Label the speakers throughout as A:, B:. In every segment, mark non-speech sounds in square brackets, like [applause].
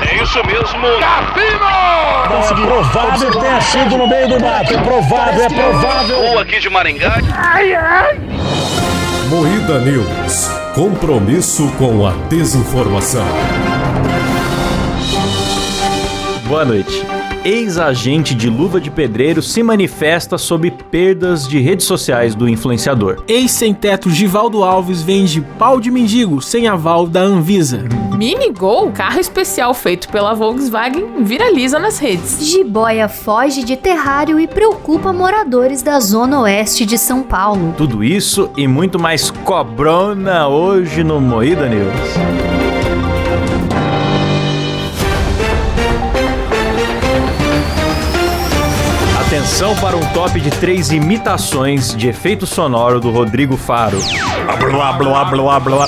A: É isso mesmo, Cassino!
B: Conseguiu. Provável que tenha sido no meio do mato. É provável, é provável.
A: Ou aqui de Maringá.
C: Moída News. Compromisso com a desinformação.
D: Boa noite. Ex-agente de luva de pedreiro se manifesta sobre perdas de redes sociais do influenciador.
E: Ex-sem-teto Givaldo Alves vende pau de mendigo sem aval da Anvisa.
F: Minigol, um carro especial feito pela Volkswagen, viraliza nas redes.
G: Jiboia foge de terrário e preocupa moradores da zona oeste de São Paulo.
D: Tudo isso e muito mais cobrona hoje no Moída News. Atenção para um top de três imitações de efeito sonoro do Rodrigo Faro.
B: Blá, blá, blá, blá.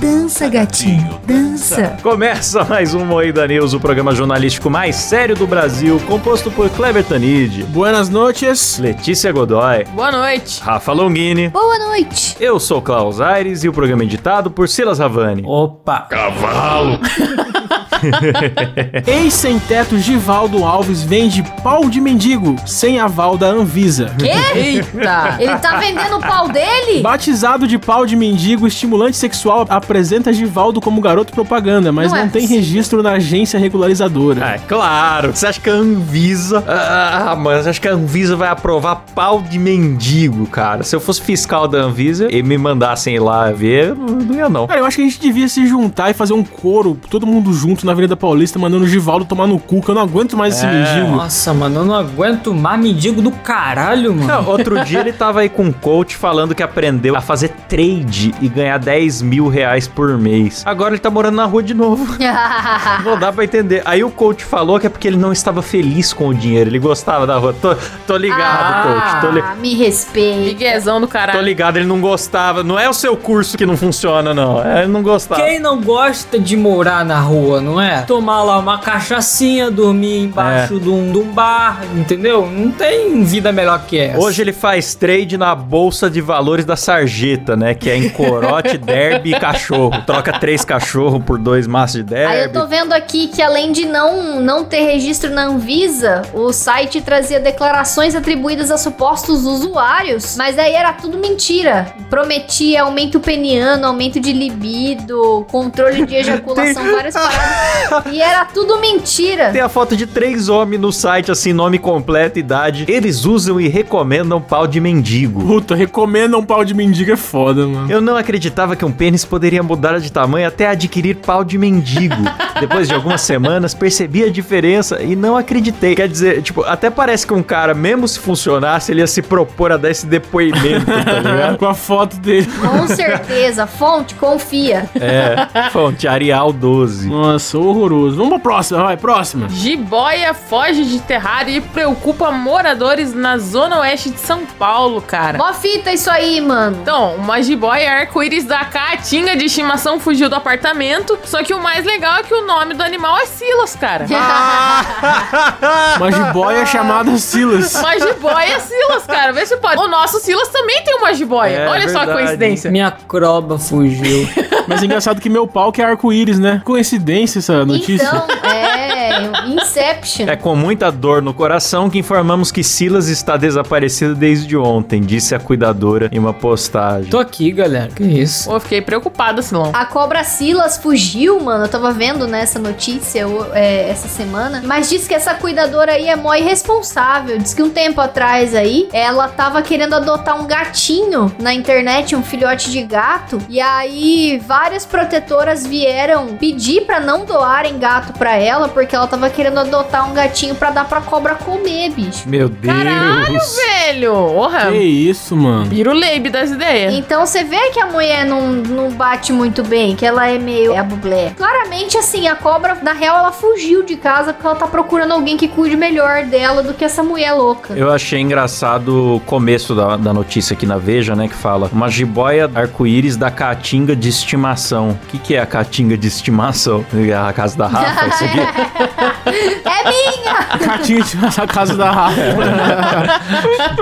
G: Dança, gatinho, dança.
D: Começa mais um Moída News, o programa jornalístico mais sério do Brasil, composto por Kleber Tanid,
E: Buenas noches.
D: Letícia Godoy,
F: Boa
D: [laughs]
F: noite.
D: Rafa Longini.
G: Boa noite.
D: Eu sou Klaus Aires e o programa é editado por Silas Havani.
E: Opa!
A: Cavalo.
E: Ex-sem-teto Givaldo Alves vende pau de mendigo sem aval da Anvisa.
F: Eita!
G: Ele tá vendendo o pau [laughs] dele?
E: Batizado de pau de mendigo, estimulante sexual apresenta Givaldo como garoto propaganda, mas
G: Não
E: não,
G: é
E: tem
G: possível.
E: registro na agência regularizadora.
D: Ah, é claro. Você acha que a Anvisa. Ah, mano, você acha que a Anvisa vai aprovar pau de mendigo, cara? Se eu fosse fiscal da Anvisa e me mandassem ir lá ver, não ia não.
E: Cara, eu acho que a gente devia se juntar e fazer um coro, todo mundo junto na Avenida Paulista, mandando o Givaldo tomar no cu, que eu não aguento mais esse
D: É.
E: mendigo.
H: Nossa, mano, eu não aguento mais mendigo do caralho, mano.
D: Não, outro dia ele tava aí com um coach falando que aprendeu a fazer trade e ganhar 10 mil reais por mês. Agora ele tá morando na rua de novo. [laughs] Não dá pra entender. Aí o coach falou que é porque ele não estava feliz com o dinheiro. Ele gostava da rua. Tô, tô ligado,
F: Ah.
D: coach. Tô, li-
G: Ah, me respeita.
F: Miguezão do
D: tô
F: caralho.
D: ligado, ele não gostava. Não é o seu curso que não funciona, não. É, ele não gostava.
H: Quem não gosta de morar na rua, não é? Tomar lá uma cachaçinha, dormir embaixo de, um, de um bar, entendeu? Não tem vida melhor que essa.
D: Hoje ele faz trade na bolsa de valores da sarjeta, né? Que é em corote, [laughs] derby e cachorro. Troca três cachorro por dois maços de derby.
G: Aí eu tô vendo aqui que além de não, não ter registro na Anvisa, o site trazia declarações atribuídas a supostos usuários, mas aí era tudo mentira. Prometia aumento peniano, aumento de libido, controle de ejaculação, várias paradas. E era tudo mentira.
D: Tem a foto de três homens no site, assim, nome completo, idade. Eles usam e recomendam pau de mendigo.
E: Puta, recomenda um pau de mendigo é foda, mano.
D: Eu não acreditava que um pênis poderia mudar de tamanho até adquirir pau de mendigo. Depois de algumas semanas, percebi a diferença e não acreditei. Quer dizer, tipo, até parece que um cara, mesmo se funcionasse, ele ia se propor a dar esse depoimento, tá ligado?
E: Com a foto dele.
G: Com certeza. Fonte, confia.
D: É, fonte Arial 12.
E: Nossa, horroroso. Vamos pra próxima, vai, próxima.
F: Jiboia foge de terrário e preocupa moradores na zona oeste de São Paulo, cara.
G: Mó fita isso aí, mano.
F: Então, uma jiboia arco-íris da Caatinga de estimação fugiu do apartamento. Só que o mais legal é que o nome do animal é Silas, cara.
E: Uma jiboia É chamada
F: [laughs]
E: Silas.
F: Uma jiboia é Silas, cara. Vê se pode. O nosso Silas também tem uma jiboia.
D: É,
F: Olha só a
D: verdade.
F: coincidência.
H: Minha croba [laughs] fugiu.
E: Mas é engraçado que meu pau que é arco-íris, né? Coincidência essa notícia.
G: [laughs] Então, é. Inception.
D: É com muita dor no coração que informamos que Silas está desaparecido desde ontem, disse a cuidadora em uma postagem.
H: Tô aqui, galera. Que isso?
F: Pô, eu fiquei preocupada, Silão.
G: A cobra Silas fugiu, mano. Eu tava vendo nessa notícia o- é, essa semana. Mas diz que essa cuidadora aí é mó irresponsável. Diz que um tempo atrás aí, ela tava querendo adotar um gatinho na internet, um filhote de gato. E aí, várias protetoras vieram pedir pra não doarem gato pra ela, porque ela tava querendo adotar um gatinho pra dar pra cobra comer, bicho.
D: Meu Deus!
F: Caralho, velho. Porra.
E: Que isso, mano.
F: Então. Piruleibe das
D: É.
F: ideias.
G: Então você vê que a mulher não, não bate muito bem, que ela é meio é a bublé. Claramente, assim, a cobra, na real, ela fugiu de casa porque ela tá procurando alguém que cuide melhor dela do que essa mulher
D: [laughs]
G: louca.
D: Eu achei engraçado o começo da, da notícia aqui na Veja, né? Que fala uma jiboia arco-íris da caatinga
F: [laughs]
D: de [laughs] estimação. O que, que é a caatinga de estimação? É A casa da Rafa, isso aqui?
G: é
E: A catinha de a casa da Rafa.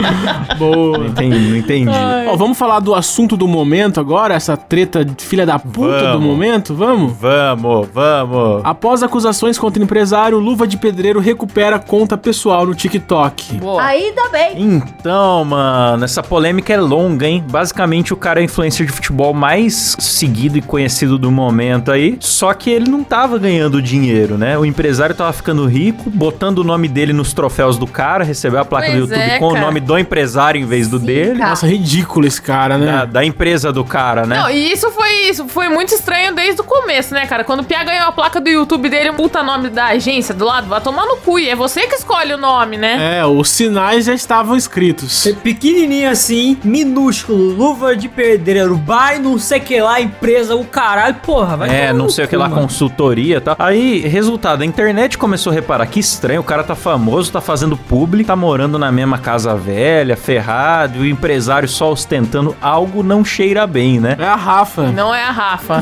D: Não
E: Boa.
D: entendi, não entendi.
E: Ó, vamos falar do assunto do momento agora, essa treta de filha da puta do
D: Vamos.
E: momento? Vamos?
D: Vamos, vamos.
E: Após acusações contra empresário, Luva de Pedreiro recupera conta pessoal no TikTok.
F: Boa.
G: Ainda bem.
D: Então, mano, essa polêmica é longa, hein? Basicamente, o cara é o influencer de futebol mais seguido e conhecido do momento aí. Só que ele não tava ganhando dinheiro, né? O empresário tava ficando rico, botando o nome dele nos troféus do cara, recebeu a placa
F: Pois
D: do YouTube
F: é,
D: com
F: cara.
D: o nome do empresário em vez do
G: Sim,
D: dele. né?
G: cara.
E: Nossa, ridículo esse cara, né?
D: Da, da empresa do cara, né?
F: Não, e isso foi isso foi muito estranho desde o começo, né, cara? Quando o Pia ganhou a placa do YouTube dele, um puta nome da agência do lado, vai tomar no cu. E é você que escolhe o nome, né?
E: É, os sinais já estavam escritos.
H: É pequenininho assim, minúsculo, luva de pedreiro, vai não sei que lá, empresa, o caralho, porra, vai
D: É,
H: tomar
D: não
H: no
D: sei o
H: cu,
D: que lá,
H: mano.
D: consultoria e tal. Aí, resultado, a internet começou a reparar que estranho, o cara tá famoso, tá fazendo publi, tá morando na mesma casa velha, ferrado, e o empresário só ostentando algo não cheira bem, né? [laughs]
E: É a Rafa.
F: Não é a Rafa.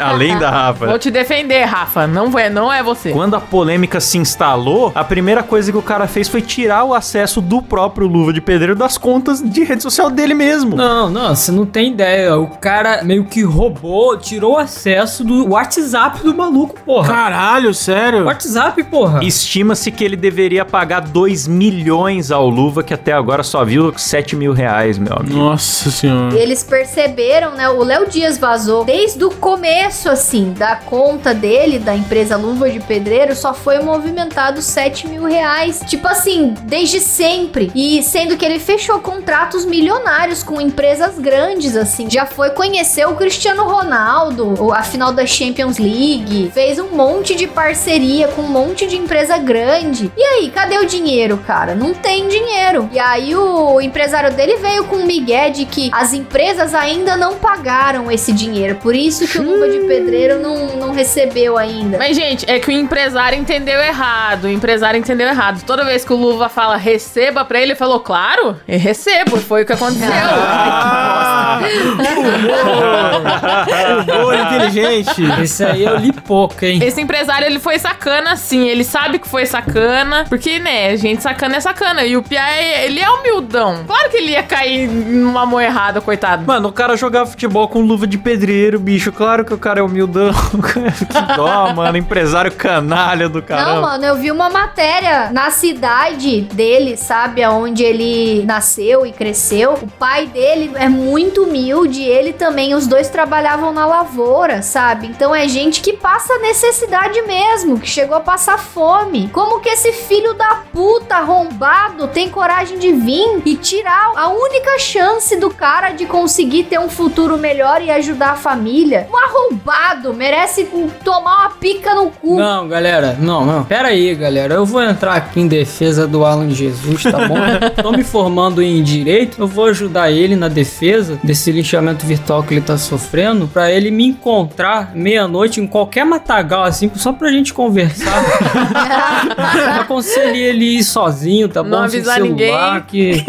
D: Além da
F: Vou
D: Rafa.
F: te defender, Rafa. Não é, não é você.
D: Quando a polêmica se instalou, a primeira coisa que o cara fez foi tirar o acesso do próprio Luva de Pedreiro das contas de rede social dele mesmo.
H: Não, não, você não tem ideia. O cara meio que roubou, tirou o acesso do WhatsApp do maluco, porra.
E: Caralho, sério?
H: WhatsApp, porra.
D: Estima-se que ele deveria pagar 2 milhões ao Luva, que até agora só viu 7 mil reais, meu amigo.
E: Nossa senhora.
G: Eles perceberam, né? O Léo Dias vazou desde o começo, assim, da conta dele, da empresa Luva de Pedreiro, só foi movimentado 7 mil reais. Tipo assim, desde sempre. E sendo que ele fechou contratos milionários com empresas grandes, assim. Já foi conhecer o Cristiano Ronaldo, o- a final da Champions League. Fez um monte de parceria com um monte de empresa grande. E aí, cadê o dinheiro, cara? Não tem dinheiro. E aí o empresário dele veio com um migué de que as empresas ainda não pagaram esse dinheiro. Por isso que o Luva de Pedreiro não, não recebeu ainda.
F: Mas, gente, é que o empresário entendeu errado. O empresário entendeu errado. Toda vez que o Luva fala receba pra ele, ele falou, claro, eu recebo. Foi o que aconteceu.
D: [laughs]
F: [laughs]
E: Ah, humor! humor inteligente!
H: Esse aí eu li pouco, hein?
F: Esse empresário, ele foi sacana, sim. Ele sabe que foi sacana. Porque, né, gente sacana é sacana. E o Pia, é- ele é humildão. Claro que ele ia cair numa mão errada, coitado.
D: Mano, o cara jogava futebol com luva de pedreiro, bicho. Claro que o cara é humildão. [laughs] que dó, mano. Empresário canalha do
G: Não,
D: caramba.
G: mano, eu vi uma matéria na cidade dele, sabe? Aonde ele nasceu e cresceu. O pai dele é muito humilde, ele também, os dois trabalhavam na lavoura, sabe? Então é gente que passa necessidade mesmo, que chegou a passar fome. Como que esse filho da puta arrombado tem coragem de vir e tirar a única chance do cara de conseguir ter um futuro melhor e ajudar a família? Um arrombado merece tomar uma pica no cu,
H: Não, galera, não, não. Pera aí, galera. Eu vou entrar aqui em defesa do Alan Jesus, tá bom? Tô me formando em direito. Eu vou ajudar ele na defesa desse linchamento virtual que ele tá sofrendo. Pra ele me encontrar meia-noite em qualquer matagal, assim, só pra
F: [laughs]
H: gente conversar. Eu Aconselho ele ir sozinho, tá bom?
F: Não
H: Sem
F: avisar
H: celular, que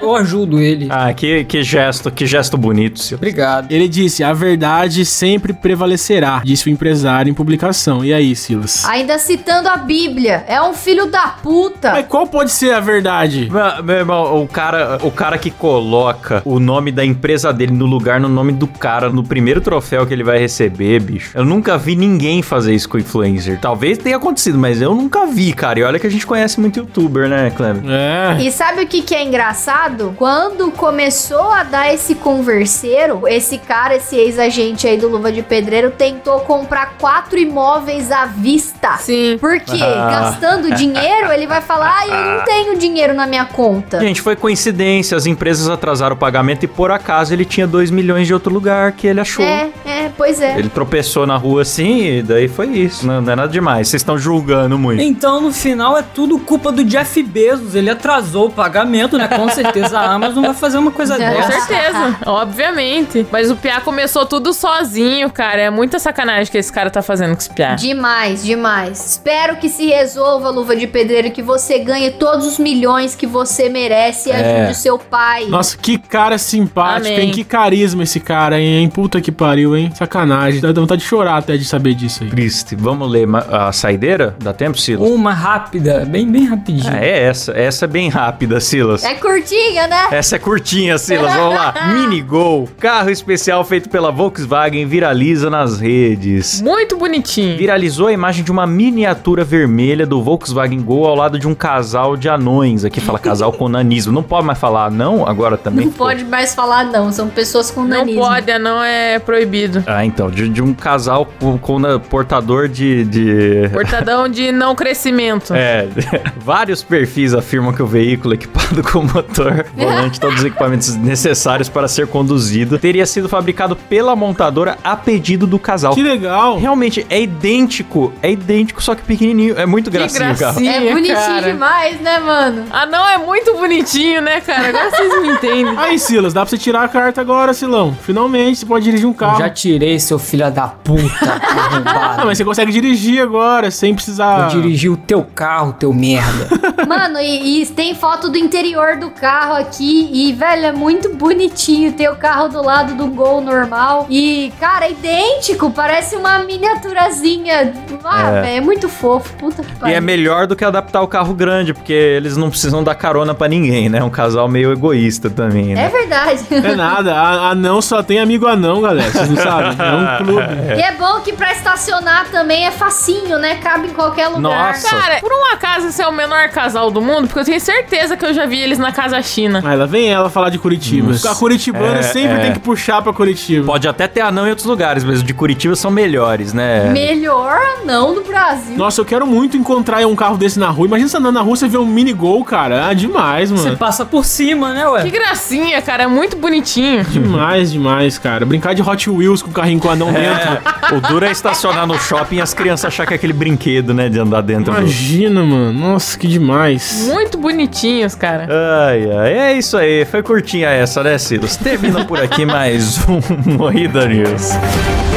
H: eu ajudo ele.
D: Ah, que, que gesto, que gesto bonito, Silas.
H: Obrigado.
E: Ele disse: a verdade sempre prevalecerá, disse o empresário em publicação. E aí, Silas?
G: Ainda citando a Bíblia. É um filho da puta.
E: Mas qual pode ser a verdade?
D: Meu, meu irmão, o cara, o cara que coloca o nome da empresa dele no lugar, no nome do cara, no primeiro troféu que ele vai receber, bicho. Eu nunca vi ninguém fazer isso com influencer. Talvez tenha acontecido, mas eu nunca vi, cara. E olha que a gente conhece muito youtuber, né, Cleber?
E: É.
G: E sabe o que, que é engraçado? Quando começou a dar esse converseiro, esse cara, esse ex-agente aí do Luva de Pedreiro, tentou comprar quatro imóveis à vista.
F: Sim.
G: Por quê?
D: Ah.
G: Gastando dinheiro, ele vai falar: ah, eu não tenho dinheiro na minha conta.
D: Gente, foi coincidência. As empresas atrasaram o pagamento e por acaso ele tinha 2 milhões de outro lugar que ele achou.
G: É, é, pois é.
D: Ele tropeçou na rua assim e daí foi isso. Não, não é nada demais. Vocês estão julgando muito.
H: Então, no final, é tudo culpa do Jeff Bezos. Ele atrasou o pagamento, né? Com certeza a Amazon vai fazer uma coisa
G: Com
F: Com
H: dessa.
F: certeza, obviamente. Mas o Piá começou tudo sozinho, cara. É muita sacanagem que esse cara tá fazendo com esse Piá.
G: Demais, demais. Espero que se resolva, Luva de Pedreiro, que você ganhe todos os milhões que você merece e ajude o seu pai.
E: Nossa, que cara simpático,
F: Amém.
E: hein? Que carisma esse cara, hein? Puta que pariu, hein? Sacanagem. Dá vontade de chorar até de saber disso aí.
D: Triste. Vamos ler ma- a saideira? Dá tempo, Silas?
H: Uma rápida, bem, bem rapidinho.
D: Ah, é essa. Essa é bem rápida, Silas.
G: É curtinha, né?
D: Essa é curtinha, Silas. Vamos lá.
G: [laughs]
D: Minigol. Carro especial feito pela Volkswagen viraliza nas redes.
F: Muito bonitinho.
D: Viralizou a imagem de uma miniatura vermelha do Volkswagen Gol ao lado de um casal de anões. Aqui fala casal com nanismo. Não pode mais falar não agora também?
G: Não
D: Pô.
G: pode mais falar não, são pessoas com
F: Não
G: nanismo.
F: pode, não é proibido.
D: Ah, então. De, de um casal com, com na- portador de- de
F: Portadão de não crescimento.
D: É, [laughs] vários perfis afirmam que o veículo é equipado com motor, volante, todos os equipamentos necessários para ser conduzido, teria sido fabricado pela montadora a pedido do casal.
E: Que legal.
D: Realmente é idêntico, é idêntico, só que pequenininho. É muito gracinha o carro.
F: gracinha,
G: É bonitinho
F: cara.
G: demais, né,
D: [laughs]
G: mano?
F: Ah, não, é muito bonitinho, né, cara? Agora vocês me entendem.
E: Aí, Silas, dá pra você tirar a carta agora, Silão. Finalmente, você pode dirigir um
H: Eu
E: carro.
H: já tirei, seu filho da [laughs] puta,
E: Ah,
H: arrombado.
E: mas você consegue dirigir agora, sem precisar...
H: Eu dirigi o teu carro, teu merda.
G: Mano, e, e tem foto do interior do carro aqui. E, velho, é muito bonitinho ter o carro do lado do gol normal. E, cara, é idêntico, parece uma miniaturazinha. Ah,
D: É.
G: velho, é muito fofo. Puta que
D: E é
G: pariu.
D: melhor do que adaptar o carro grande, porque eles não precisam dar carona pra ninguém, né? É Um casal meio egoísta também,
G: É
D: né?
G: verdade.
E: É nada, a- anão só tem amigo anão, galera, vocês não sabem, é um
H: [laughs]
E: clube.
G: [laughs] E é bom que pra estacionar também é facinho, né? Cabe em qualquer lugar.
D: Nossa.
F: Cara, por um acaso esse é o menor casal do mundo, porque eu tenho certeza que eu já vi eles na casa china.
E: Aí lá vem ela falar de Curitiba. A curitibana
D: É,
E: sempre
D: é.
E: tem que puxar pra Curitiba.
D: Pode até ter anão em outros lugares, mas os de Curitiba são melhores, né?
G: Melhor não do Brasil.
E: Nossa, eu quero muito encontrar um carro desse na rua. Imagina você andando na rua, você vê um mini gol, cara. Ah, demais,
H: Você
E: mano.
H: passa por cima, né,
F: Que
H: ué?
F: gracinha, cara, é muito bonitinho.
E: Demais, demais, cara. Brincar de Hot Wheels com o carrinho com o anão dentro.
D: É, o duro é estacionar no shopping e as crianças achar que é aquele brinquedo, né? De andar dentro do.
E: Imagina, mano. Nossa, que demais.
F: Muito bonitinhos, cara.
D: Ai, ai, é isso [laughs] aí. Foi curtinha essa, né, Silas? Termina por aqui mais um Moída News.